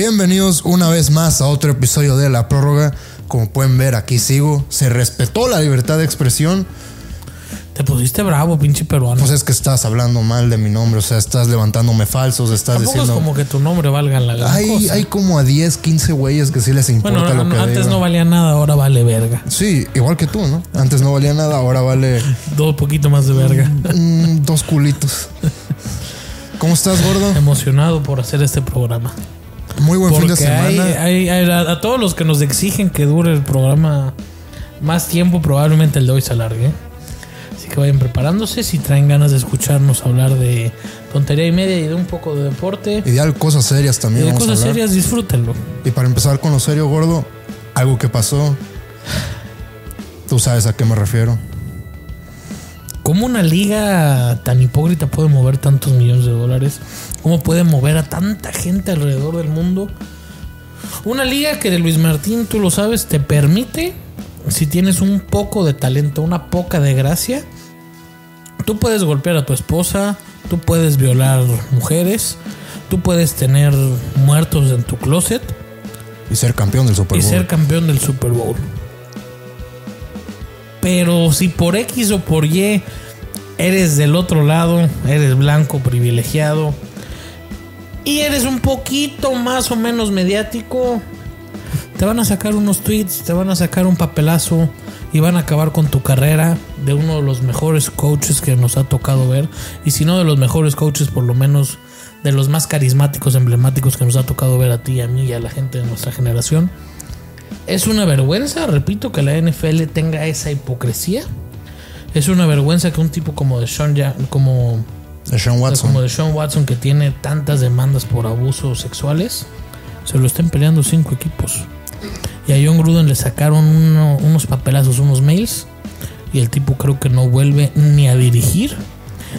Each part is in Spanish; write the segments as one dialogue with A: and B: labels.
A: Bienvenidos una vez más a otro episodio de La Prórroga. Como pueden ver, aquí sigo. Se respetó la libertad de expresión.
B: Te pusiste bravo, pinche peruano.
A: Pues es que estás hablando mal de mi nombre, o sea, estás levantándome falsos, estás
B: Tampoco es
A: diciendo.
B: como que tu nombre valga la gran
A: Hay,
B: cosa.
A: hay como a 10, 15 güeyes que sí les importa
B: bueno,
A: lo
B: no, no,
A: que
B: antes
A: digan.
B: no valía nada, ahora vale verga.
A: Sí, igual que tú, ¿no? Antes no valía nada, ahora vale
B: Dos poquito más de verga.
A: mm, dos culitos. ¿Cómo estás, gordo?
B: Emocionado por hacer este programa.
A: Muy buen fin de
B: Porque hay,
A: semana.
B: hay- hay- a, a todos los que nos exigen que dure el programa más tiempo, probablemente el de hoy se alargue. Así que vayan preparándose si traen ganas de escucharnos hablar de tontería y media y de un poco de deporte.
A: Ideal cosas serias
B: Y
A: también.
B: de
A: vamos a
B: cosas
A: hablar.
B: serias, disfrútenlo.
A: Y para empezar con lo serio, gordo, algo que pasó. Tú sabes a qué me refiero.
B: ¿Cómo una liga tan hipócrita puede mover tantos millones de dólares? ¿Cómo puede mover a tanta gente alrededor del mundo? Una liga que de Luis Martín, tú lo sabes, te permite, si tienes un poco de talento, una poca de gracia, tú puedes golpear a tu esposa, tú puedes violar mujeres, tú puedes tener muertos en tu closet
A: Y ser campeón del Super
B: y
A: Bowl.
B: ser campeón del Super Bowl. Pero si por X o por Y eres del otro lado, eres blanco privilegiado y eres un poquito más o menos mediático, te van a sacar unos tweets, te van a sacar un papelazo y van a acabar con tu carrera de uno de los mejores coaches que nos ha tocado ver. Y si no de los mejores coaches, por lo menos de los más carismáticos, emblemáticos que nos ha tocado ver a ti, a mí y a la gente de nuestra generación. Es una vergüenza, repito, que la NFL tenga esa hipocresía. Es una vergüenza que un tipo como de Sean, como
A: De Sean Watson.
B: como de Sean Watson que tiene tantas demandas por abusos sexuales, se lo estén peleando cinco equipos. Y a John Gruden le sacaron uno- unos papelazos, unos mails, y el tipo creo que no vuelve ni a dirigir,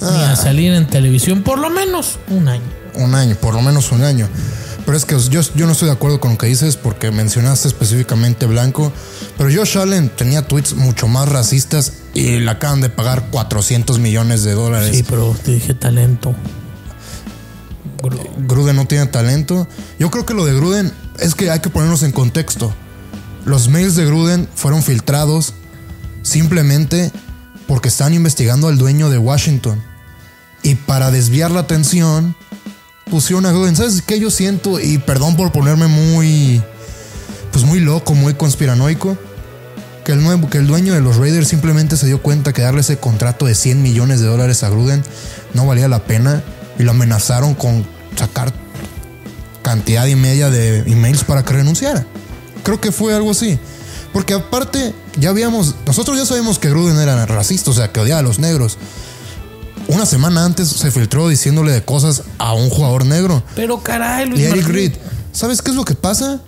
B: ni a salir en televisión, por lo menos un año.
A: Un año, por lo menos un año. Pero es que yo, yo no estoy de acuerdo con lo que dices porque mencionaste específicamente blanco. Pero Josh Allen tenía tweets mucho más racistas y le acaban de pagar 400 millones de dólares.
B: Sí, pero te dije talento. Gru-
A: Gruden no tiene talento. Yo creo que lo de Gruden es que hay que ponernos en contexto. Los mails de Gruden fueron filtrados simplemente porque están investigando al dueño de Washington. Y para desviar la atención, pusieron a Gruden. ¿Sabes qué yo siento? Y perdón por ponerme muy, pues muy loco, muy conspiranoico. Que el, nuevo, que el dueño de los Raiders simplemente se dio cuenta que darle ese contrato de 100 millones de dólares a Gruden no valía la pena y lo amenazaron con sacar cantidad y media de emails para que renunciara. Creo que fue algo así. Porque aparte, ya habíamos, nosotros ya sabíamos que Gruden era racista, o sea, que odiaba a los negros. Una semana antes se filtró diciéndole de cosas a un jugador negro.
B: Pero caray, Luis
A: Y Eric
B: Martín,
A: Reed, ¿sabes qué es lo que pasa?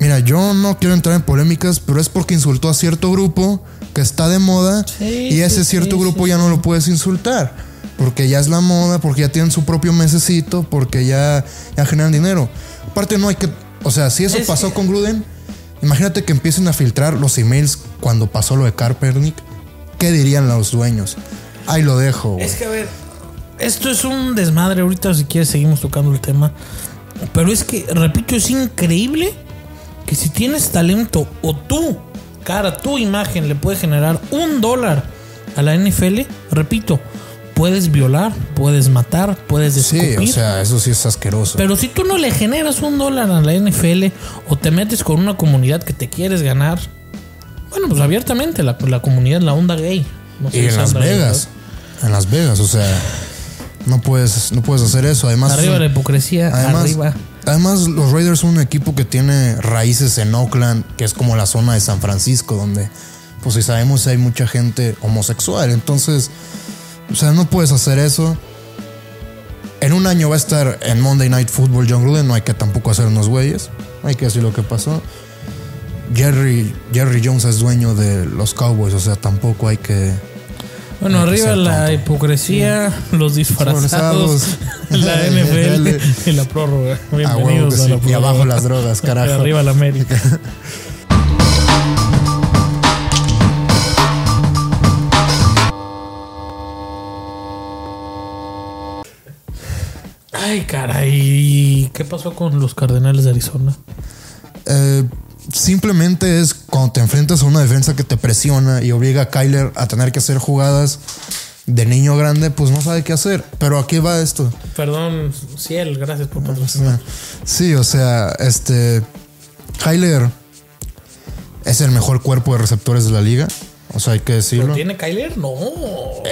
A: Mira, yo no quiero entrar en polémicas, pero es porque insultó a cierto grupo que está de moda
B: Sí,
A: y ese
B: sí,
A: cierto
B: sí,
A: grupo
B: sí,
A: ya no lo puedes insultar. Porque ya es la moda, porque ya tienen su propio mesecito, porque ya, ya generan dinero. Aparte no hay que... O sea, si eso
B: Es
A: pasó
B: que-
A: con Gruden, imagínate que empiecen a filtrar los emails cuando pasó lo de Kaepernick. ¿Qué dirían los dueños? Ahí lo dejo. güey.
B: Es que a ver, esto es un desmadre. Ahorita, si quieres, seguimos tocando el tema. Pero es que, repito, es increíble que si tienes talento o tu cara, tu imagen le puede generar un dólar a la NFL, repito, puedes violar, puedes matar, puedes
A: Sí,
B: escupir.
A: o sea, eso sí es asqueroso.
B: Pero si tú no le generas un dólar a la NFL o te metes con una comunidad que te quieres ganar, bueno, pues abiertamente, la, la comunidad, la onda gay. No sé
A: Y
B: si
A: en Las
B: anda gay,
A: Vegas. En Las Vegas, o sea, no puedes, no puedes hacer eso. Además,
B: Arriba la hipocresía,
A: Ah, además,
B: arriba.
A: además, los Raiders son un equipo que tiene raíces en Oakland, que es como la zona de San Francisco, donde, pues si sabemos, hay mucha gente homosexual. Entonces, o sea, no puedes hacer eso. En un año va a estar en Monday Night Football John Gruden, no hay que tampoco hacernos güeyes. Hay que decir lo que pasó. Jerry, Jerry Jones es dueño de los Cowboys, o sea, tampoco hay que...
B: Bueno,
A: Hay que
B: arriba
A: ser
B: la
A: tonto.
B: hipocresía, los disfrazados,
A: Disfrazados.
B: la NFL y la prórroga.
A: Ah, huevo que
B: Bienvenidos a,
A: sí.
B: la prórroga.
A: Y abajo las drogas,
B: Y
A: carajo.
B: arriba la América. Ay, Ay, caray. ¿Qué pasó con los Cardenales de Arizona?
A: Eh, simplemente es cuando te enfrentas a una defensa que te presiona y obliga a Kyler a tener que hacer jugadas de niño grande, pues no sabe qué hacer. Pero aquí va esto.
B: Perdón, Ciel, gracias por patrocinar.
A: Sí, o sea, este. Kyler es el mejor cuerpo de receptores de la liga. O sea, hay que
B: ¿Lo
A: decirlo.
B: tiene Kyler? No.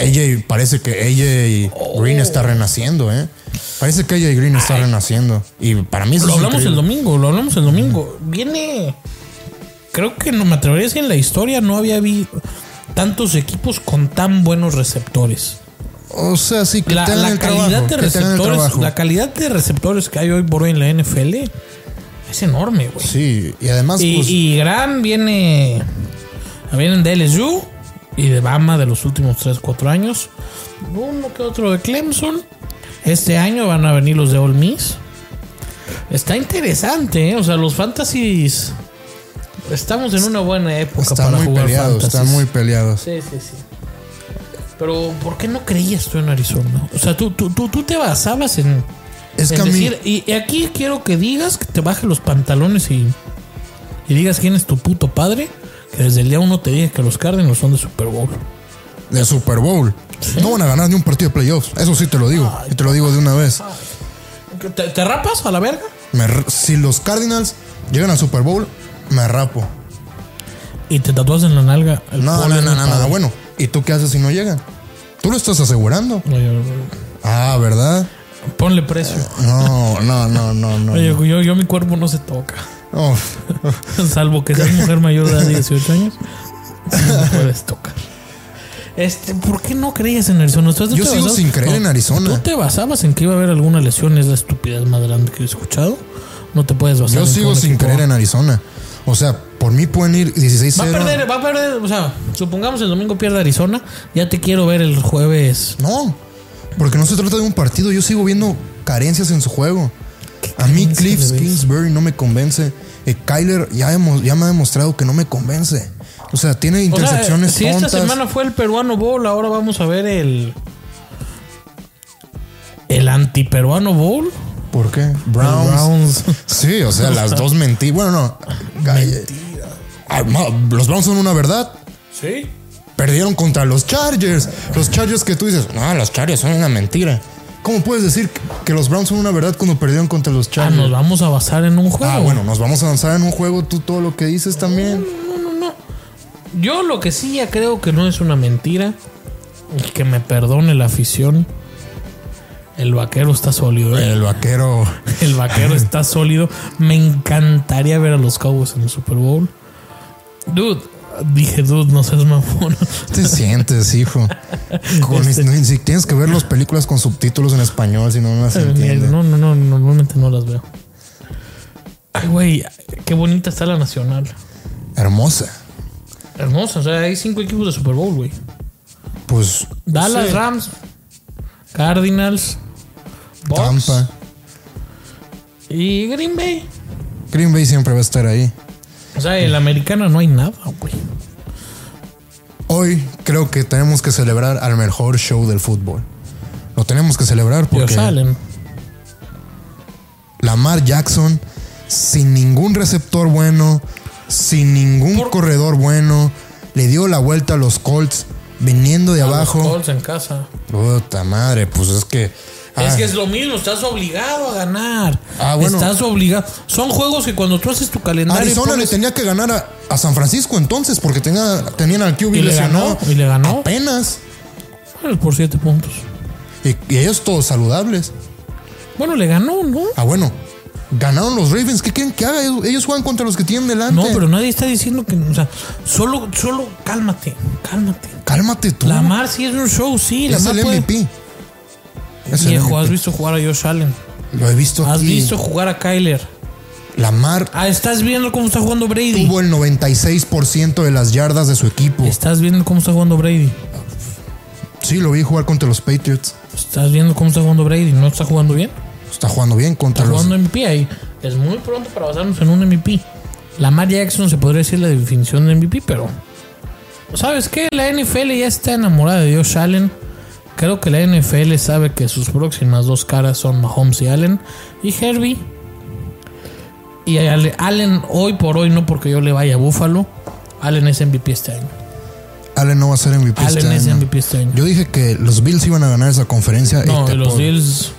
A: AJ, parece que AJ
B: Oh.
A: Green está renaciendo, ¿eh? Parece que AJ Green está renaciendo. Y para mí eso
B: Lo
A: es
B: hablamos el
A: increíble.
B: domingo, lo hablamos el domingo. Viene. Creo que no me atrevería a decir en la historia no había habido tantos equipos con tan buenos receptores.
A: O sea, sí, que
B: La,
A: tengan
B: la
A: el
B: calidad
A: trabajo, que
B: de
A: tengan el
B: receptores,
A: trabajo.
B: la calidad de receptores que hay hoy por hoy en la NFL es enorme, güey.
A: Sí, y además,
B: Y,
A: pues,
B: y Gran viene. Vienen de LSU y de Bama de los últimos 3-4 años. Uno que otro de Clemson. Este año van a venir los de Ole Miss. Está interesante, ¿eh? O sea, los fantasies. Estamos en una buena época
A: están
B: para
A: muy
B: jugar
A: peleados,
B: fantasies.
A: están muy peleados.
B: Sí, sí, sí. Pero, ¿por qué no creías tú en Arizona? O sea, tú, tú, tú, tú te basabas en.
A: Es
B: en
A: que a mí-
B: decir- y, y aquí quiero que digas que te baje los pantalones y, y digas quién es tu puto padre. Que desde el día uno te dije que los Cardinals son de Super Bowl.
A: De Super Bowl. No van a ganar ni un partido de playoffs. Eso sí te lo digo. y te lo digo de una vez.
B: ¿Te, te rapas a la verga?
A: Me r- si los Cardinals llegan al Super Bowl, me rapo.
B: Y te tatúas en la nalga. el
A: Nada,
B: pobre
A: nada, nada,
B: padre.
A: nada. Bueno, ¿y tú qué haces si no llegan? Tú lo estás asegurando.
B: Oye,
A: Ah, ¿verdad?
B: Ponle precio.
A: Eh. No, no, no, no, no.
B: Oye, yo, yo mi cuerpo no se toca.
A: Oh,
B: Salvo que seas mujer mayor de 18 años, sí no puedes tocar. Este, ¿Por qué no creías en Arizona? Tú- tú
A: Yo
B: te
A: sigo sin creer en Arizona.
B: Tú te basabas en que iba a haber alguna lesión, es la estupidez más grande que he escuchado. No te puedes basar
A: yo
B: en que
A: sigo
B: un
A: sin
B: equipo-
A: creer en Arizona. O sea, por mí pueden ir 16
B: Va a perder, va a perder. O sea, supongamos el domingo pierde Arizona. Ya te quiero ver el jueves.
A: No, porque no se trata de un partido. Yo sigo viendo carencias en su juego. A mí
B: carencia
A: Cliff
B: le ves?
A: Kingsbury no me convence. Eh, Kyler ya, hemos- ya me ha demostrado que no me convence. O sea, tiene
B: O sea,
A: intercepciones
B: si
A: tontas.
B: esta semana fue el peruano bowl, ahora vamos a ver el. El antiperuano bowl.
A: ¿Por qué?
B: El
A: Browns.
B: Browns.
A: Sí, o sea, las dos mentiras. Bueno, no. Ah, no, Los Browns son una verdad.
B: Sí.
A: Perdieron contra los Chargers. Los Chargers que tú dices, no, los Chargers son una mentira. ¿Cómo puedes decir que los Browns son una verdad cuando perdieron contra los
B: Ah,
A: Chargers?
B: nos vamos a basar en un juego.
A: Ah, bueno, nos vamos a avanzar en un juego, tú todo lo que dices también.
B: No, no, no. Yo lo que sí ya creo que no es una mentira. y que me perdone la afición. El vaquero está sólido. ¿eh?
A: El vaquero.
B: El vaquero está sólido. Me encantaría ver a los Cowboys en el Super Bowl. Dude, dije, dude, no seas mamón.
A: ¿Te sientes, hijo? Con- ni- si tienes que ver las películas con subtítulos en español, si no, no las entiendes.
B: No, no, no, normalmente no las veo. Ay, güey, qué bonita está la nacional.
A: Hermosa.
B: Hermosa, o sea, hay cinco equipos de Super Bowl, güey.
A: Pues.
B: Dallas
A: sí.
B: Rams, Cardinals, Bucks
A: Tampa.
B: y Green Bay.
A: Green Bay siempre va a estar ahí.
B: O sea, en la americana no hay nada, güey.
A: Hoy creo que tenemos que celebrar al mejor show del fútbol. Lo tenemos que celebrar
B: Pero
A: porque
B: salen.
A: Lamar Jackson, sin ningún receptor bueno, sin ningún
B: Por-
A: corredor bueno, le dio la vuelta a los Colts viniendo de abajo.
B: Los Colts en casa.
A: Puta madre, pues es que.
B: Es
A: ah,
B: que es lo mismo, estás obligado a ganar.
A: Ah, bueno.
B: Estás obligado. Son juegos que cuando tú haces tu calendario. y
A: Arizona le
B: pones-
A: tenía que ganar a, a San Francisco entonces, porque tenía, tenían al QB
B: Y le
A: lesionado
B: ganó, y le ganó.
A: Apenas.
B: Bueno, por siete puntos.
A: Y, y ellos todos saludables.
B: Bueno, le ganó, ¿no?
A: Ah, bueno. Ganaron los Ravens. ¿Qué quieren que haga? Ellos- Ellos juegan contra los que tienen delante.
B: No, pero nadie está diciendo que. O sea, solo, solo cálmate, cálmate.
A: Cálmate tú.
B: Lamar sí es un show, sí.
A: Ah. es
B: Lamar
A: el
B: puede-
A: MVP. Es el
B: Viejo, has
A: MVP.
B: visto jugar a Josh Allen.
A: Lo he visto
B: Has
A: aquí.
B: visto jugar a Kyler.
A: Lamar
B: Ah, estás viendo cómo está jugando Brady.
A: tuvo el 96% de las yardas de su equipo.
B: Estás viendo cómo está jugando Brady.
A: Sí, lo vi jugar contra los Patriots.
B: Estás viendo cómo está jugando Brady. No está jugando bien.
A: Está jugando bien contra los.
B: jugando MVP ahí. Es muy pronto para basarnos en un MVP. Lamar Jackson se podría decir la definición de MVP, pero. ¿Sabes qué? La NFL ya está enamorada de Josh Allen. Creo que la NFL sabe que sus próximas dos caras son Mahomes y Allen y Herbie. Y Ale- Allen hoy por hoy, no porque yo le vaya a Buffalo, Allen es MVP este año.
A: Allen no va a ser MVP
B: Allen
A: este
B: es
A: año.
B: MVP este año.
A: Yo dije que los Bills iban a ganar esa conferencia. y
B: no,
A: te
B: y los
A: puedo-
B: Bills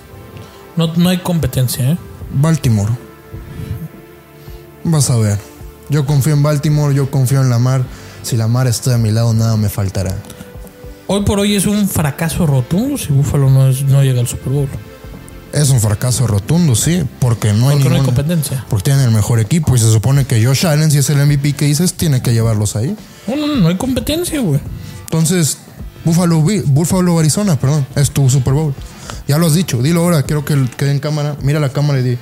B: no, no hay competencia, ¿eh?
A: Baltimore. Vas a ver. Yo confío en Baltimore, yo confío en Lamar. Si Lamar está de mi lado, nada me faltará.
B: Hoy por hoy es un fracaso rotundo si Buffalo no, es- no llega al Super Bowl.
A: Es un fracaso rotundo, sí, porque no hay
B: Porque no hay
A: ningún-
B: competencia.
A: Porque tienen el mejor equipo y se supone que Josh Allen, si es el MVP que dices, tiene que llevarlos ahí.
B: No, no, no, no hay competencia, güey.
A: Entonces, Buffalo, Bi- Buffalo, Arizona, perdón, es tu Super Bowl. Ya lo has dicho, dilo ahora, quiero que quede en cámara. Mira la cámara y di,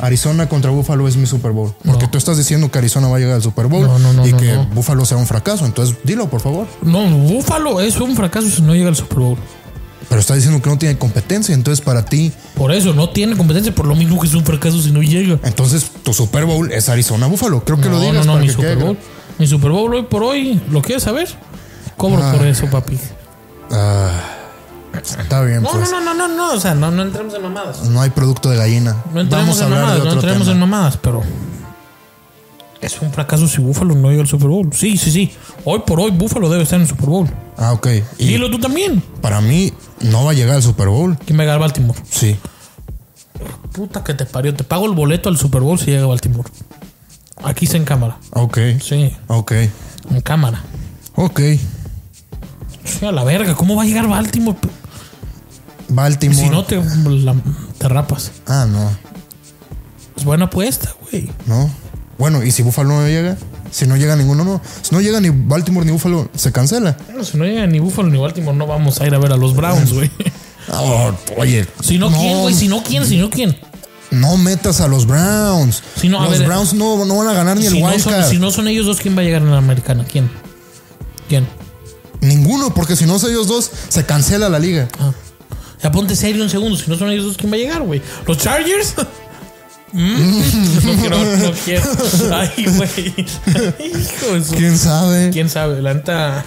A: Arizona contra Buffalo es mi Super Bowl. Porque tú estás diciendo que Arizona va a llegar al Super Bowl
B: No, no, no,
A: y
B: no,
A: que
B: no.
A: Buffalo será un fracaso. Entonces, dilo, por favor.
B: No, Buffalo es un fracaso si no llega al Super Bowl.
A: Pero estás diciendo que no tiene competencia, entonces para ti,
B: Por eso no tiene competencia, por lo mismo que es un fracaso si no llega.
A: entonces tu Super Bowl es Arizona-Buffalo. Creo que
B: no,
A: lo digas
B: no, no,
A: para
B: mi
A: que quede
B: Super Bowl. Mi Super Bowl hoy por hoy, ¿lo quieres saber? Cobro
A: Ah.
B: por eso, papi.
A: gra- Ah, Está bien,
B: No,
A: pues.
B: no, no, no, no, no, o sea, no, no entremos en mamadas.
A: No hay producto de gallina.
B: No entremos
A: Vamos a
B: en
A: hablar
B: mamadas,
A: de
B: no
A: otro
B: entremos
A: tema.
B: en mamadas, pero es un fracaso si Buffalo no llega al Super Bowl. Sí, sí, sí. Hoy por hoy Buffalo debe estar en el Super Bowl.
A: Ah, ok. Y
B: Dilo tú también.
A: para mí no va a llegar al Super Bowl.
B: ¿Quién va a llegar a Baltimore?
A: Sí.
B: Puta que te parió. Te pago el boleto al Super Bowl si llega a Baltimore. Aquí está en cámara.
A: Ok.
B: Sí,
A: Ok.
B: en cámara.
A: Ok.
B: Sí, a la verga. ¿Cómo va a llegar Baltimore?
A: Baltimore.
B: Si no, te, la- te rapas.
A: Ah, no.
B: Es buena apuesta, güey.
A: No. Bueno, ¿y si Buffalo no llega? Si no llega ninguno, no. Si no llega ni Baltimore ni Buffalo, se cancela.
B: Bueno, si no llega ni Buffalo ni Baltimore, no vamos a ir a ver a los Browns, güey.
A: Oh, oye.
B: Si no, ¿quién, güey? Si no, ¿quién? Si no, ¿quién?
A: No metas a los Browns.
B: Sí, no, a
A: los
B: ver. eh,
A: Browns no, no van a ganar ni
B: Si
A: el
B: no, son,
A: Wildcard.
B: si no son ellos dos, ¿quién va a llegar en la americana? ¿Quién? ¿Quién?
A: Ninguno, porque si no son ellos dos, se cancela la liga.
B: Ah. Ya ponte serio un segundo. Si no son ellos dos, ¿quién va a llegar, güey? ¿Los Chargers? Mm. no quiero, no quiero. Ay, güey. Hijo de su-
A: ¿Quién sabe?
B: ¿Quién sabe? La neta.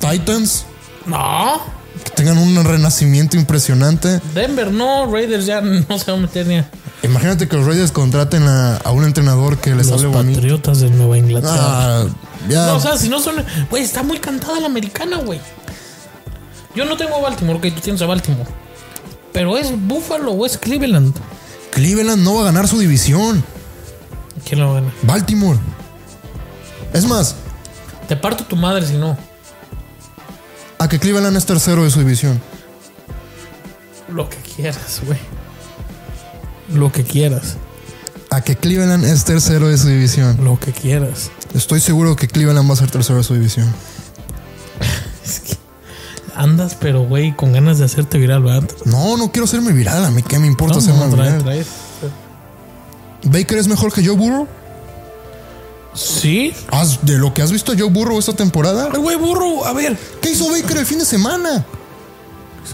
A: Titans,
B: No.
A: que tengan un renacimiento impresionante.
B: Denver no. Raiders ya no se va a meter ni a.
A: Imagínate que los Raiders contraten a, a un entrenador que les
B: Los
A: hable bonito.
B: Patriotas de Nueva Inglaterra.
A: Ah, ya.
B: No, o sea, si no son. Güey, está muy cantada la americana, güey. Yo no tengo a Baltimore, que tú tienes a Baltimore. Pero es Buffalo o es Cleveland.
A: Cleveland no va a ganar su división.
B: ¿Quién lo va a ganar?
A: Baltimore. Es más,
B: Te parto tu madre si no.
A: a que Cleveland es tercero de su división.
B: Lo que quieras, güey. Lo que quieras.
A: A que Cleveland es tercero de su división.
B: Lo que quieras.
A: Estoy seguro que Cleveland va a ser tercero de su división.
B: Es que andas, pero, güey, con ganas de hacerte viral, ¿verdad?
A: No, no quiero hacerme viral. A mí qué me importa
B: No,
A: hacerme
B: no, trae,
A: viral.
B: trae.
A: Baker es mejor que Joe Burrow.
B: Sí.
A: Haz- de lo que has visto a Joe Burrow esta temporada.
B: Ay, güey, burro. A ver.
A: ¿Qué hizo Baker el fin de semana?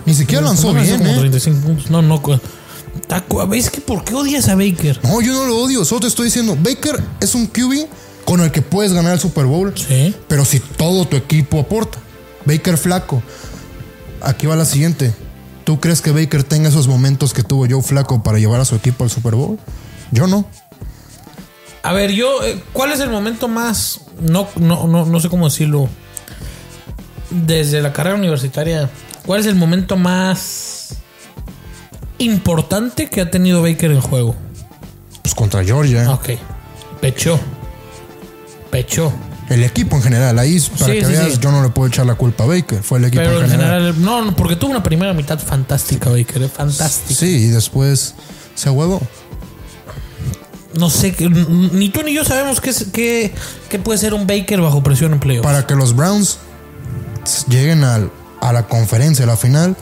A: Ni siquiera lanzó
B: No,
A: bien,
B: como
A: ¿eh?
B: 35 puntos. No, no. co- Taco, ¿ves que por qué odias a Baker?
A: No, yo no lo odio. Solo te estoy diciendo, Baker es un QB con el que puedes ganar el Super Bowl.
B: Sí.
A: Pero si todo tu equipo aporta. Baker flaco. Aquí va la siguiente. ¿Tú crees que Baker tenga esos momentos que tuvo Joe Flaco para llevar a su equipo al Super Bowl? Yo no.
B: A ver, yo, eh, ¿cuál es el momento más, no, no, no, no sé cómo decirlo, desde la carrera universitaria, cuál es el momento más importante que ha tenido Baker en juego?
A: Pues contra Georgia.
B: Ok, pecho, pecho.
A: El equipo en general. Ahí, para
B: Sí,
A: que
B: sí,
A: veas,
B: sí.
A: yo no le puedo echar la culpa a Baker. Fue el equipo
B: Pero
A: en
B: en
A: general.
B: general, no, no, porque tuvo una primera mitad fantástica, Baker, eh, fantástica.
A: Sí, y después se huevo.
B: No sé, que- ni tú ni yo sabemos qué, es- qué, qué puede ser un Baker bajo presión en playoffs.
A: Para que los Browns lleguen al- a la conferencia, a la final,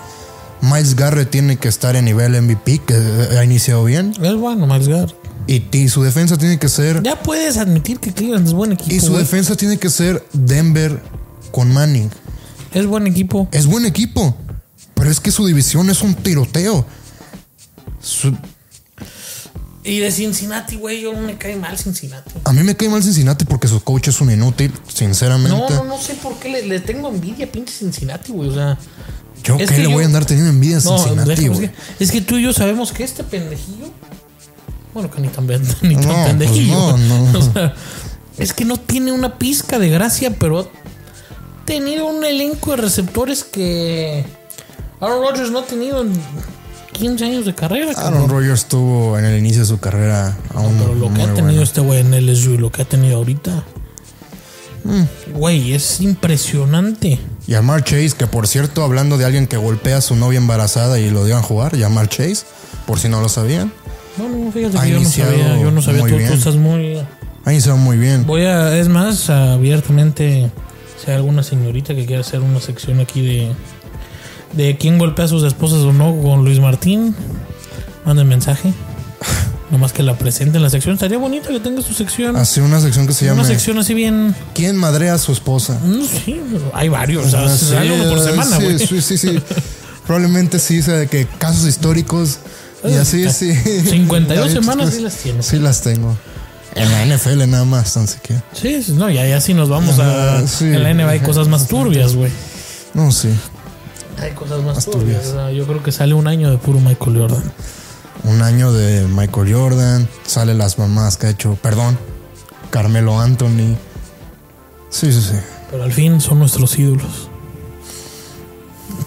A: Miles Garrett tiene que estar en nivel MVP, que eh, ha iniciado bien.
B: Es bueno, Miles Garrett.
A: Y, y su defensa tiene que ser.
B: Ya puedes admitir que Cleveland es buen equipo.
A: Y su
B: güey.
A: defensa tiene que ser Denver con Manning.
B: Es buen equipo.
A: Es buen equipo, pero es que su división es un tiroteo. Su-
B: Y de Cincinnati, güey, yo me cae mal Cincinnati.
A: a mí me cae mal Cincinnati porque su coach es un inútil,
B: No,
A: sinceramente.
B: no, no sé por qué le, le tengo envidia a pinche Cincinnati, güey. O sea,
A: Yo
B: Es
A: qué
B: que
A: le
B: yo-
A: voy a andar teniendo envidia a
B: No,
A: Cincinnati,
B: déjame-
A: güey.
B: es que tú y yo sabemos que este pendejillo. Bueno, que ni tan, pen- ni tan
A: No, pues
B: pendejillo.
A: no, no.
B: O sea, es que no tiene una pizca de gracia, pero ha tenido un elenco de receptores que Aaron Rodgers no ha tenido en 15 años de carrera. cabrón.
A: Aaron Rodgers tuvo en el inicio de su carrera a un
B: Pero lo
A: muy
B: que ha tenido
A: bueno.
B: este güey en LSU y lo que ha tenido ahorita. mm, Güey, es impresionante.
A: Yamar Chase, que por cierto, hablando de alguien que golpea a su novia embarazada y lo dieron a jugar, Yamar Chase, por si no lo sabían,
B: No, no, fíjate
A: Ha
B: que yo no
A: iniciado
B: sabía. Yo no sabía.
A: muy
B: Tú, tú
A: bien.
B: estás muy.
A: ahí se va muy bien.
B: Voy a, es más, abiertamente, si hay alguna señorita que quiera hacer una sección aquí de, de quién golpea a sus esposas o no con Luis Martín, manden mensaje. Nomás que la presente en la sección. Estaría bonita que tenga su sección.
A: Hace una sección que se llama
B: una sección así bien.
A: ¿Quién madrea a su esposa?
B: No sé, hay varios. O sea,
A: Ah,
B: sale
A: sí,
B: uno por
A: ah,
B: semana,
A: sí,
B: güey.
A: sí, sí, sí. Probablemente sí, sea de que casos históricos y
B: Ah,
A: así, sí.
B: 52
A: Hay muchas
B: semanas sí
A: cosas.
B: las tienes.
A: Sí las tengo. En la NFL nada más, así que.
B: Sí, sí, no, ya, ya Ah, sí nos vamos a.
A: Ajá, sí.
B: En la NBA hay cosas más turbias, güey.
A: No, sí.
B: Hay cosas más,
A: Más
B: turbias.
A: turbias.
B: o sea, Yo creo que sale un año de puro Michael Jordan.
A: Un año de Michael Jordan, sale las mamás que ha hecho, perdón, Carmelo Anthony. Sí, sí, sí.
B: Pero al fin son nuestros ídolos.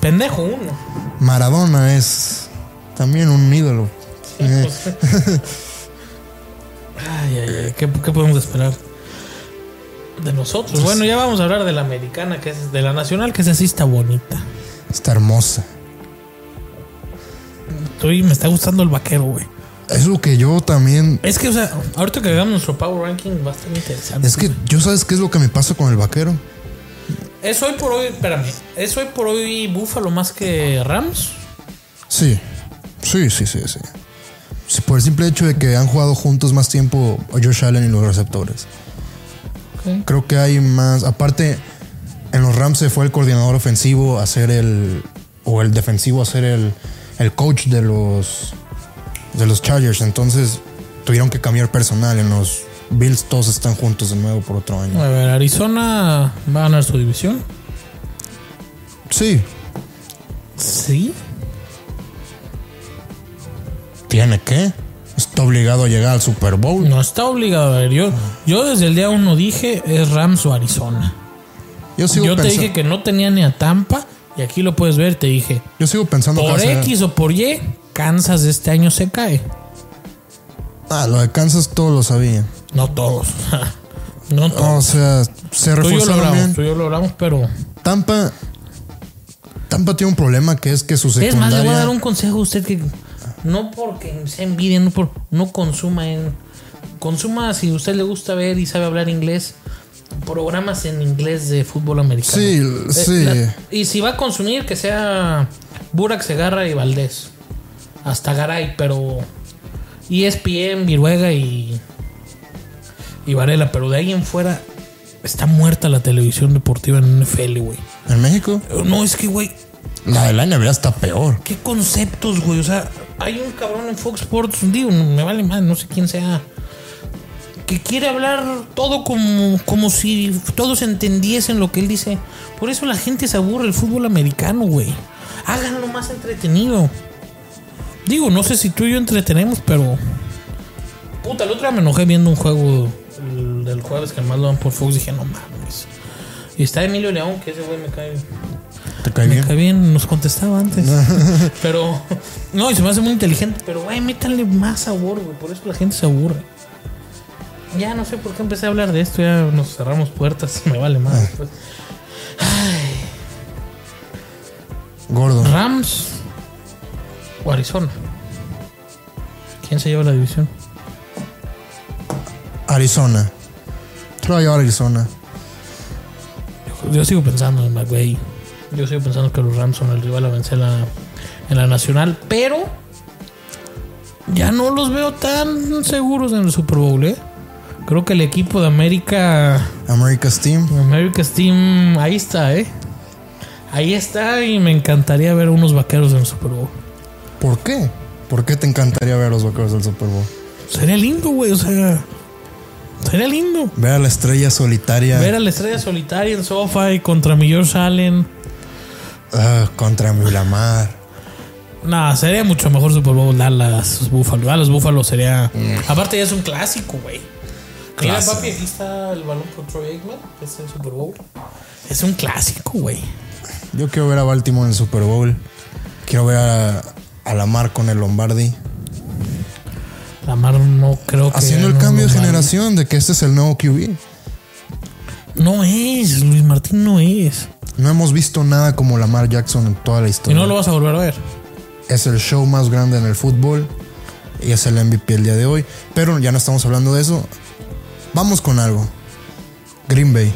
B: Pendejo uno.
A: Maradona es también un ídolo. Eh,
B: pues. Ay, ay, ay. ¿Qué, qué podemos esperar de nosotros? Bueno, ya vamos a hablar de la americana, que es de la nacional, que es así está bonita.
A: está hermosa.
B: Estoy, me está gustando el vaquero, güey.
A: Es lo que yo también.
B: Es que, o sea, ahorita que hagamos nuestro power ranking va a estar interesante.
A: Es que yo sabes qué es lo que me pasa con el vaquero.
B: Es hoy por hoy, espérame. Es hoy por hoy Búfalo más que Rams.
A: Sí, sí, sí, sí, sí. Sí, Por el simple hecho de que han jugado juntos más tiempo Josh Allen y los receptores.
B: Ok.
A: Creo que hay más. Aparte, en los Rams se fue el coordinador ofensivo a ser el. o el defensivo a ser el, el coach de los. de los Chargers. Entonces tuvieron que cambiar personal. En los Bills todos están juntos de nuevo por otro año.
B: A ver, Arizona va a ganar su división.
A: Sí,
B: Sí.
A: tiene que. Está obligado a llegar al Super Bowl.
B: No está obligado a ver. Yo, yo desde el día uno dije es Rams o Arizona.
A: Yo sigo,
B: yo te
A: pensa-
B: dije que no tenía ni a Tampa y aquí lo puedes ver. Te dije
A: yo sigo pensando que va a
B: por
A: ser-
B: X o por Y, Kansas este año se cae.
A: Ah, lo de Kansas todos lo sabían.
B: No todos. no
A: O
B: todos.
A: sea, se
B: tú y yo lo
A: reforzaron
B: hablamos,
A: bien.
B: tú y yo lo hablamos, pero
A: Tampa. Tampa tiene un problema que es que su
B: es
A: secundaria.
B: más le voy a dar un consejo a usted que no porque se envidien, no por no consuma en consuma si a usted le gusta ver y sabe hablar inglés programas en inglés de fútbol americano.
A: Sí,
B: Eh,
A: sí.
B: la- y si va a consumir, que sea Burak Segarra y Valdés. Hasta Garay, pero. E ESPN, Viruega y. Y Varela, pero de ahí en fuera. Está muerta la televisión deportiva en NFL, güey.
A: ¿En México?
B: No, es que, güey,
A: La de la NBA está peor.
B: ¿Qué conceptos, güey? O sea, hay un cabrón en Fox Sports, digo, me vale más, no sé quién sea, que quiere hablar todo como, como si todos entendiesen lo que él dice. Por eso la gente se aburre el fútbol americano, güey. Háganlo más entretenido. Digo, no sé si tú y yo entretenemos, pero. Puta, el otro día me enojé viendo un juego el del jueves que más lo dan por Fox. Dije, no mames. Y está Emilio León, que ese güey me cae.
A: ¿Te cae
B: Me
A: bien?
B: cae bien, nos contestaba antes. pero, no, y se me hace muy inteligente. Pero, güey, métanle más sabor, güey. Por eso la gente se aburre. Ya no sé por qué empecé a hablar de esto. Ya nos cerramos puertas. Me vale pues. más.
A: Gordo.
B: Rams o Arizona. ¿Quién se lleva la división?
A: Arizona. Te lo voy a llevar a Arizona.
B: Yo sigo pensando en McVay. Yo sigo pensando que los Rams son el rival a vencer en la- en la nacional. Pero ya no los veo tan seguros en el Super Bowl, ¿eh? Creo que el equipo de América,
A: America's Team.
B: America's Team, ahí está, ¿eh? Ahí está y me encantaría ver unos vaqueros en el Super Bowl.
A: ¿Por qué? ¿Por qué te encantaría ver a los vaqueros del Super Bowl?
B: Sería lindo, güey, o sea. Sería lindo.
A: Ver a la estrella solitaria.
B: Ver a la estrella solitaria en SoFi contra mi George Allen.
A: Ah, contra Milamar.
B: Nah, sería mucho mejor Super Bowl dar las Búfalos. A Ah, los Búfalos sería. Aparte, ya es un clásico, güey.
A: Mm.
B: Mira,
A: Clásico.
B: papi, aquí está el balón por Troy Aikman, que es el Super Bowl. Es un clásico, güey.
A: Yo quiero ver a Baltimore en el Super Bowl. Quiero ver a, a Lamar con el Lombardi.
B: Lamar no creo que.
A: Haciendo el
B: no
A: cambio de
B: nos va a-
A: generación de que este es el nuevo QB.
B: No es, Luis Martín no es.
A: No hemos visto nada como Lamar Jackson en toda la
B: Y
A: historia.
B: no lo vas a volver a ver.
A: Es el show más grande en el fútbol y es el MVP el día de hoy. Pero ya no estamos hablando de eso. Vamos con algo. Green Bay.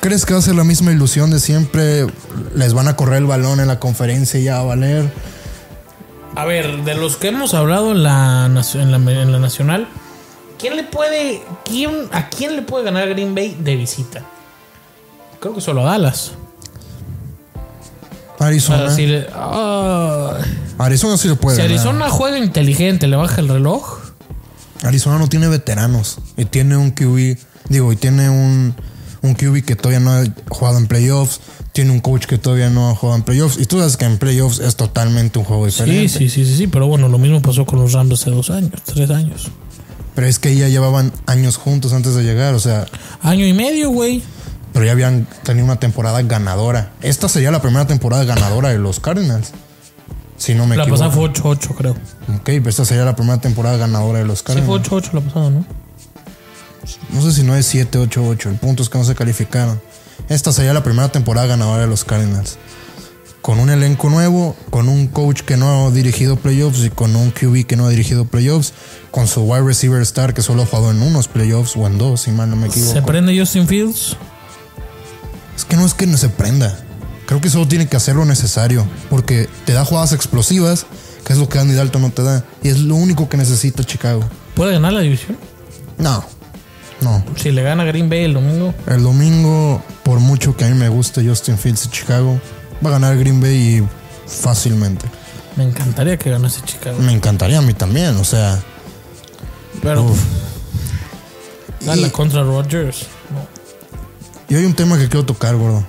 A: ¿Crees que va a ser la misma ilusión de siempre? Les van a correr el balón en la conferencia y ya va a valer.
B: A ver, de los que hemos hablado en la, nacio- en la, en la nacional, ¿quién le puede. Quién, ¿A quién le puede ganar Green Bay de visita? Creo que solo a Dallas.
A: Arizona.
B: Para decirle, "Ah".
A: Arizona sí lo puede.
B: si
A: ganar.
B: Arizona juega inteligente, le baja el reloj.
A: Arizona no tiene veteranos y tiene un QB, digo, y tiene un, un QB que todavía no ha jugado en playoffs, tiene un coach que todavía no ha jugado en playoffs, y tú sabes que en playoffs es totalmente un juego
B: Sí,
A: diferente.
B: sí, sí, sí, sí, pero bueno, lo mismo pasó con los Rams hace dos años, tres años.
A: Pero es que ya llevaban años juntos antes de llegar, o sea,
B: Año y medio, güey.
A: pero ya habían tenido una temporada ganadora. Esta sería la primera temporada ganadora de los Cardinals. Si no me
B: La
A: equivoco.
B: pasada fue 8-8, creo.
A: Ok, pero esta sería la primera temporada ganadora de los
B: Sí, fue
A: Cardinals.
B: 8-8 la pasada, ¿no?
A: No sé si no es 7, 8, 8. El punto es que no se calificaron. Esta sería la primera temporada ganadora de los Cardinals. Con un elenco nuevo, con un coach que no ha dirigido playoffs y con un QB que no ha dirigido playoffs, con su wide receiver star que solo ha jugado en unos playoffs o en dos, si mal no me
B: Se
A: equivoco.
B: prende Justin Fields.
A: Es que no es que no se prenda. Creo que solo tiene que hacer lo necesario, porque te da jugadas explosivas, que es lo que Andy Dalton no te da, y es lo único que necesita Chicago.
B: ¿Puede ganar la división?
A: No, no.
B: Si le gana Green Bay el domingo.
A: El domingo, por mucho que a mí me guste Justin Fields y Chicago, va a ganar Green Bay y fácilmente.
B: Me encantaría que ganase Chicago.
A: Me encantaría a mí también, o sea.
B: Pero gana
A: Y,
B: contra Rodgers. No.
A: y hay un tema que quiero tocar, gordo.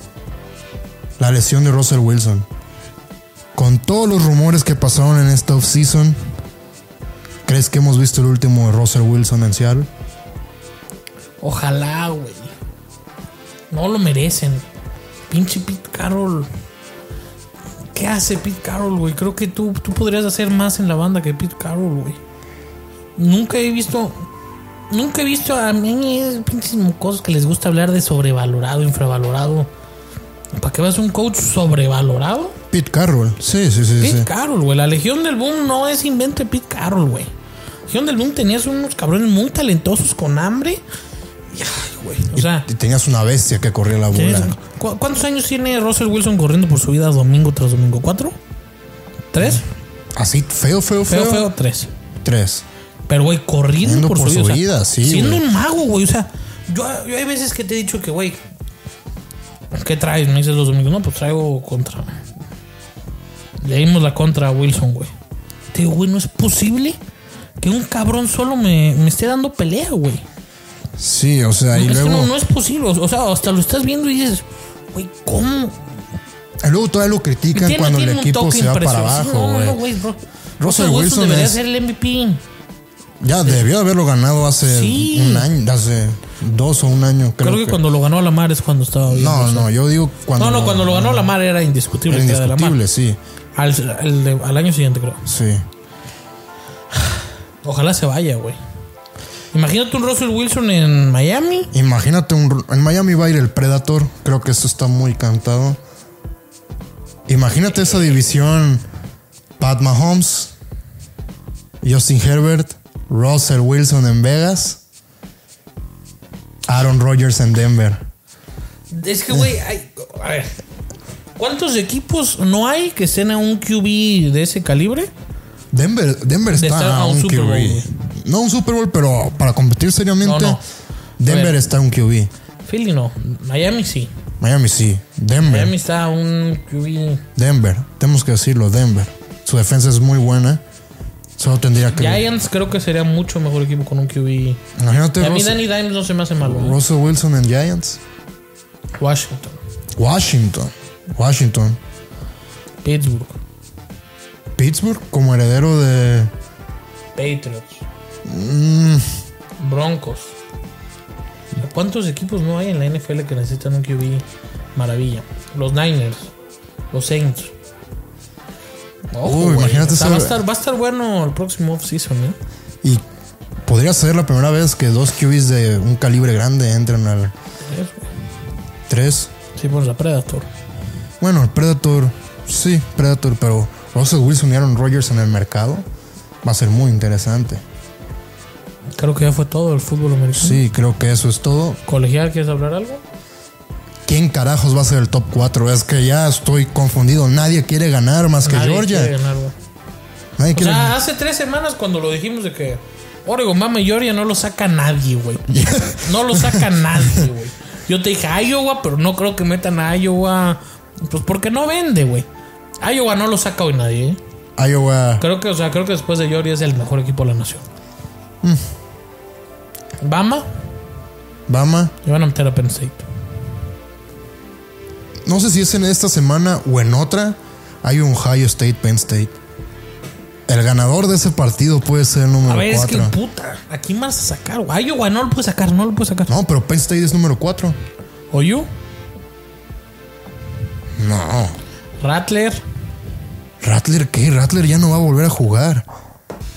A: La lesión de Russell Wilson. Con todos los rumores que pasaron en esta offseason, ¿crees que hemos visto el último de Russell Wilson en Seattle?
B: Ojalá, güey. No lo merecen. Pinche Pete Carroll. ¿Qué hace Pete Carroll, güey? Creo que tú, tú podrías hacer más en la banda que Pete Carroll, güey. Nunca he visto. Nunca he visto a mí esos pinches mocosos que les gusta hablar de sobrevalorado, infravalorado. ¿Para qué vas a un coach sobrevalorado?
A: Pete Carroll. Sí, sí, sí.
B: Pete
A: sí.
B: Carroll, güey. La Legión del Boom no es invento de Pete Carroll, güey. Legión del Boom tenías unos cabrones muy talentosos con hambre. Y, ay, güey. O sea,
A: Y tenías una bestia que corría la
B: tenías-
A: bola.
B: ¿cu- ¿cuántos años tiene Russell Wilson corriendo por su vida domingo tras domingo? ¿Cuatro? ¿Tres?
A: Así, feo, feo, Mm, feo.
B: Feo, feo, tres.
A: Tres.
B: Pero, güey, corriendo
A: Corriendo
B: por,
A: por
B: su,
A: su
B: vida, o sea,
A: vida, sí,
B: Siendo
A: güey.
B: un mago, güey. O sea, yo, yo hay veces que te he dicho que, güey, pues, ¿qué traes? Me dices los domingos. No, pues traigo contra. Le dimos la contra a Wilson, güey. Te digo, güey, no es posible que un cabrón solo me, me esté dando pelea, güey.
A: Sí, o sea, y
B: Es que
A: luego.
B: no, no es posible. O sea, hasta lo estás viendo y dices, güey, ¿cómo?
A: Y luego todavía lo critican
B: Tiene-
A: cuando
B: tiene
A: el
B: un
A: equipo
B: toque
A: se va para
B: impresionante.
A: abajo,
B: No,
A: güey.
B: no, güey, bro.
A: Russell
B: Russell Wilson
A: Wilson
B: debería
A: es-
B: ser el MVP.
A: ya debió haberlo ganado hace
B: Sí.
A: un año, hace dos o un año, creo.
B: Creo que, cuando lo ganó a Lamar es cuando estaba bien.
A: No, no, yo digo cuando.
B: No, no, cuando lo ganó Lamar era indiscutible.
A: Era
B: que era de Lamar.
A: indiscutible, sí.
B: Al, al de- al año siguiente, creo.
A: Sí.
B: Ojalá se vaya, güey. Imagínate un Russell Wilson en Miami.
A: Imagínate, un, en Miami va a ir el Predator. Creo que eso está muy cantado. Imagínate esa división: Pat Mahomes, Justin Herbert, Russell Wilson en Vegas, Aaron Rodgers en Denver.
B: Es que, güey, hay- a ver. ¿Cuántos equipos no hay que estén a un QB de ese calibre?
A: Denver, Denver está
B: estar
A: a un,
B: Super
A: QB.
B: Bowl, güey.
A: no un Super Bowl, pero para competir seriamente,
B: No, no. A
A: Denver
B: ver.
A: está a un QB.
B: Philly no. Miami sí.
A: Miami sí. Denver.
B: Miami está a un QB.
A: Denver. Tenemos que decirlo, Denver. Su defensa es muy buena. Solo tendría que.
B: Giants creo que sería mucho mejor equipo con un QB.
A: Imagínate
B: Y a mí
A: Russell,
B: Danny Dimes no se me hace malo. güey.
A: Russell Wilson en Giants.
B: Washington.
A: Washington. Washington.
B: Pittsburgh.
A: Pittsburgh como heredero de... mm,
B: Patriots. Broncos. ¿Cuántos equipos no hay en la NFL que necesitan un QB? Maravilla. Los Niners. Los Saints. Ojo,
A: Uy,
B: güey.
A: imagínate
B: O sea,
A: esa-
B: va, a estar, va a estar bueno el próximo offseason, ¿eh?
A: Y podría ser la primera vez que dos QBs de un calibre grande entran al
B: Es-
A: 3.
B: Sí, pues la Predator.
A: Bueno, el Predator, sí, Predator, pero Russell Wilson y Aaron Rodgers en el mercado va a ser muy interesante.
B: Creo que ya fue todo el fútbol americano.
A: Sí, creo que eso es todo.
B: ¿Colegial quieres hablar algo?
A: ¿Quién carajos va a ser el top 4? Es que ya estoy confundido. Nadie quiere ganar más que
B: Nadie
A: Georgia.
B: quiere ganar, güey.
A: Nadie
B: O
A: quiere
B: sea, hace tres semanas cuando lo dijimos de que Oregon, Mama y Georgia no lo saca nadie, güey. No lo saca nadie, güey. Yo te dije Iowa, pero no creo que metan a Iowa. Pues porque no vende, güey. Iowa no lo saca hoy nadie, ¿eh?
A: Iowa.
B: Creo que, o sea, creo que después de Georgia es el mejor equipo de la nación.
A: Mm.
B: Bama,
A: Bama.
B: le van a meter a Penn State.
A: No sé si es en esta semana o en otra. Hay un Ohio State, Penn State. El ganador de ese partido puede ser
B: A
A: número
B: ver, es que
A: 4.
B: puta, ¿a quién vas a sacar? güey? Iowa no lo puede sacar, no lo puede sacar.
A: No, pero Penn State es número 4.
B: Oyu,
A: No.
B: Rattler.
A: Rattler, ¿qué? Rattler ya no va a volver a jugar.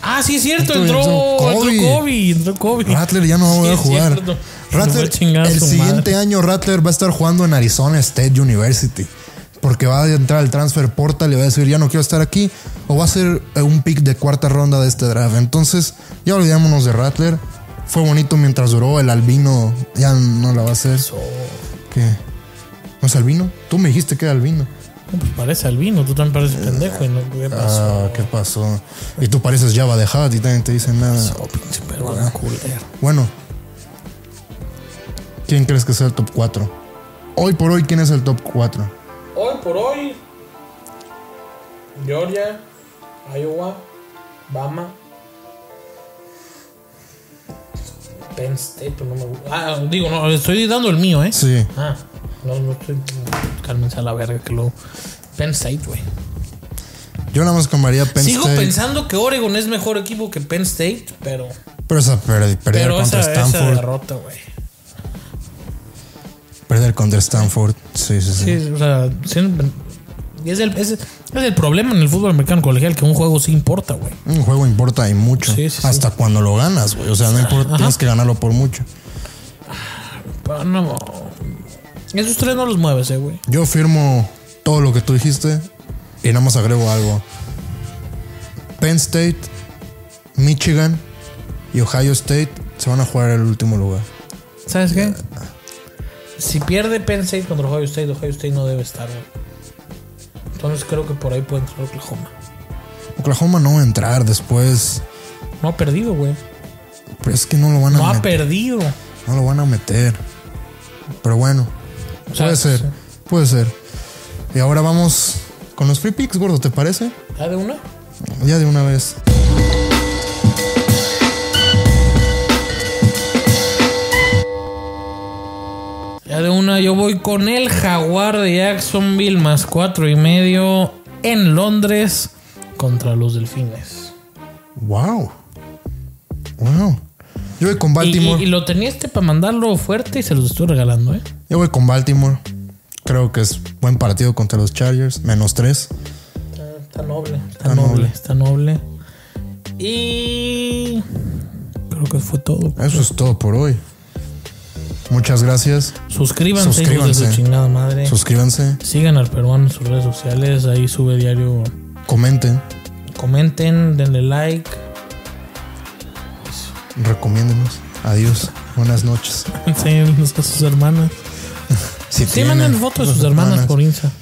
B: Ah, sí, es cierto,
A: Entró-
B: entró, entró
A: entró
B: Kobe.
A: Kobe.
B: entró Kobe.
A: Rattler ya no va a
B: Sí,
A: volver a
B: es
A: jugar.
B: cierto. Se va
A: Rattler,
B: a chingar a
A: el
B: su
A: siguiente
B: madre.
A: año Rattler va a estar jugando en Arizona State University. Porque va a entrar al transfer portal y va a decir, ya no quiero estar aquí. O va a ser eh, un pick de cuarta ronda de este draft. Entonces, ya olvidémonos de Rattler. Fue bonito mientras duró. El albino ya no la va a hacer. ¿Qué? ¿No es albino? Tú me dijiste que era albino.
B: No, Pues parece albino, tú también pareces pendejo. Y no, ¿Qué pasó?
A: Ah, ¿qué pasó? Y tú pareces Java de Hutt y también te dicen nada.
B: Oh, pinche peruano culero.
A: Bueno, ¿quién crees que sea el top 4? Hoy por hoy, ¿quién es el top 4?
B: Hoy por hoy, Georgia, Iowa, Bama, Penn State, pero no me gusta. Ah, digo, no, estoy dando el mío, ¿eh?
A: Sí.
B: Ah, no, no estoy. Cálmense a la verga que lo. Penn State, güey.
A: Yo nada más cambiaría Penn
B: Sigo
A: State.
B: pensando que Oregon es mejor equipo que Penn State, pero.
A: Pero esa per- perder
B: Pero
A: contra
B: esa, esa
A: Stanford.
B: derrota, güey.
A: perder contra Stanford. Sí, sí, sí.
B: Sí, o sea, sí, y es el, es, es el problema en el fútbol americano colegial que un juego sí importa, güey.
A: Un juego importa y mucho.
B: Sí, sí, sí.
A: Hasta cuando lo ganas, güey. O sea, no importa, tienes que ganarlo por mucho.
B: Pero no. Esos tres no los mueves, eh, güey.
A: Yo firmo todo lo que tú dijiste y nada más agrego algo. Penn State, Michigan y Ohio State se van a jugar el último lugar.
B: ¿Sabes qué? Si pierde Penn State contra Ohio State, Ohio State no debe estar, güey. Entonces creo que por ahí puede entrar Oklahoma.
A: Oklahoma no va a entrar después.
B: No ha perdido, güey.
A: Pero es que no lo van a
B: No ha
A: meter.
B: perdido.
A: No lo van a meter. Pero bueno,
B: O sea,
A: puede ser.
B: sí.
A: Puede ser. Y ahora vamos con los free picks, gordo, ¿te parece?
B: ¿Ah, de una?
A: Ya de una vez.
B: Ya de una, yo voy con el Jaguar de Jacksonville más cuatro y medio en Londres contra los Delfines.
A: Wow. Wow. Yo voy con
B: Y,
A: Baltimore.
B: y- y lo tenía este para mandarlo fuerte y se los estoy regalando, ¿eh?
A: Yo voy con Baltimore. Creo que es buen partido contra los Chargers. Menos tres.
B: Está, está noble, está,
A: Está
B: noble,
A: noble.
B: está noble. Y. Creo que fue todo.
A: Eso es todo por hoy. Muchas gracias.
B: Suscríbanse, hijos de
A: Suscríbanse.
B: su chingada madre.
A: Suscríbanse.
B: Sigan al peruano en sus redes sociales. Ahí sube diario.
A: Comenten.
B: Comenten, denle like.
A: Recomiéndenos. Adiós. Buenas noches.
B: Enseñen a sus hermanas.
A: Si
B: Sí, mandan
A: tienen
B: fotos de sus
A: sus
B: hermanas
A: hermanas.
B: por Insta.